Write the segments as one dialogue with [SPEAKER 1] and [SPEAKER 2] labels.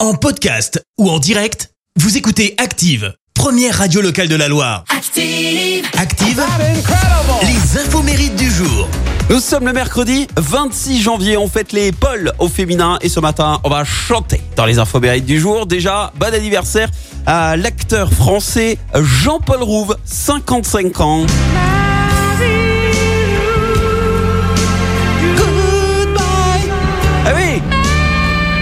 [SPEAKER 1] En podcast ou en direct, vous écoutez Active, première radio locale de la Loire.
[SPEAKER 2] Active.
[SPEAKER 1] Active, les infos mérites du jour.
[SPEAKER 3] Nous sommes le mercredi 26 janvier, on fête les Paul au féminin et ce matin on va chanter dans les infos mérites du jour. Déjà, bon anniversaire à l'acteur français Jean-Paul Rouve, 55 ans. Ah oui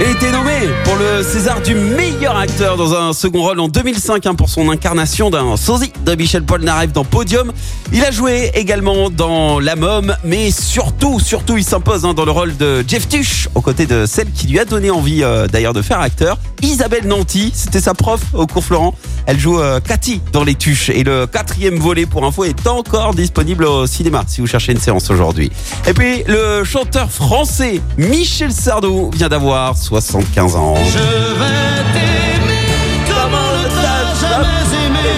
[SPEAKER 3] Il a été nommé pour le César du meilleur acteur dans un second rôle en 2005 hein, pour son incarnation d'un sosie de Michel Polnareff dans Podium. Il a joué également dans La Mom, mais surtout, surtout, il s'impose hein, dans le rôle de Jeff Tuch, aux côtés de celle qui lui a donné envie euh, d'ailleurs de faire acteur, Isabelle Nanty. C'était sa prof au cours Florent. Elle joue euh, Cathy dans Les Tuches et le quatrième volet pour info est encore disponible au cinéma si vous cherchez une séance aujourd'hui. Et puis le chanteur français Michel Sardou vient d'avoir 75 ans.
[SPEAKER 4] Je vais t'aimer comme on ne t'a jamais aimé.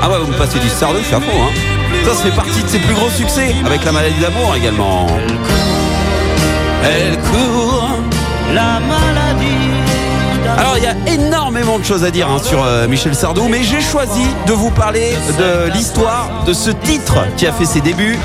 [SPEAKER 3] Ah ouais, vous me passez du Sardou, je suis à fond. Hein. Ça, ça fait partie de ses plus gros succès avec la maladie d'amour également. Elle court.
[SPEAKER 4] La maladie d'amour.
[SPEAKER 3] Alors il y a énormément de choses à dire hein, sur euh, Michel Sardou, mais j'ai choisi de vous parler de l'histoire de ce titre qui a fait ses débuts.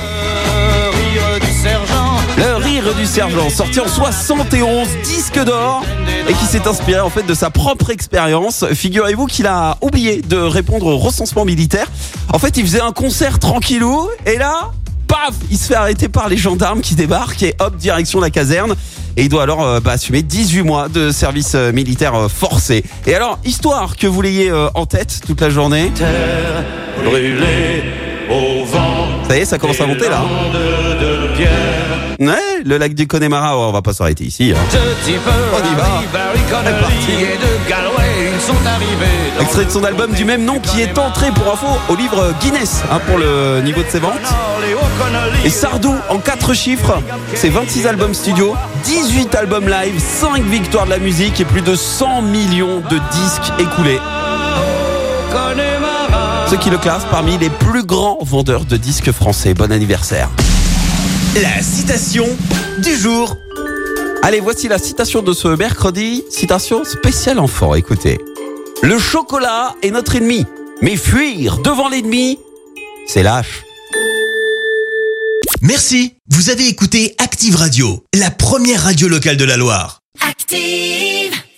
[SPEAKER 4] Le rire du sergent.
[SPEAKER 3] Le rire du sergent, sorti en 71, disque d'or, et qui s'est inspiré en fait de sa propre expérience. Figurez-vous qu'il a oublié de répondre au recensement militaire. En fait, il faisait un concert tranquillou, et là, paf, il se fait arrêter par les gendarmes qui débarquent, et hop, direction la caserne. Et il doit alors euh, bah, assumer 18 mois de service euh, militaire euh, forcé. Et alors, histoire que vous l'ayez euh, en tête toute la journée.
[SPEAKER 4] Terre brûlée au vent.
[SPEAKER 3] Ça y est, ça commence à monter là. hein.
[SPEAKER 4] Landes de pierre.
[SPEAKER 3] Ouais, le lac du Connemara, oh, on va pas s'arrêter ici. hein.
[SPEAKER 4] Petit peu
[SPEAKER 3] On y va.
[SPEAKER 4] Harry, Barry Connolly
[SPEAKER 3] C'est parti.
[SPEAKER 4] et de Galway, ils sont arrivés. dans
[SPEAKER 3] Extrait de son album du même nom qui est entré pour info au livre Guinness hein, pour le niveau de ses ventes.
[SPEAKER 4] les O'Connolly.
[SPEAKER 3] Et Sardou en 4 chiffres, c'est 26 albums studio, 18 albums live, 5 victoires de la musique et plus de 100 millions de disques écoulés.
[SPEAKER 4] Connemara.
[SPEAKER 3] Ce qui le classe parmi les plus grands vendeurs de disques français. Bon anniversaire.
[SPEAKER 1] La citation du jour.
[SPEAKER 3] Allez, voici la citation de ce mercredi, citation spéciale enfant, écoutez. Le chocolat est notre ennemi, mais fuir devant l'ennemi, c'est lâche.
[SPEAKER 1] Merci, vous avez écouté Active Radio, la première radio locale de la Loire.
[SPEAKER 2] Active.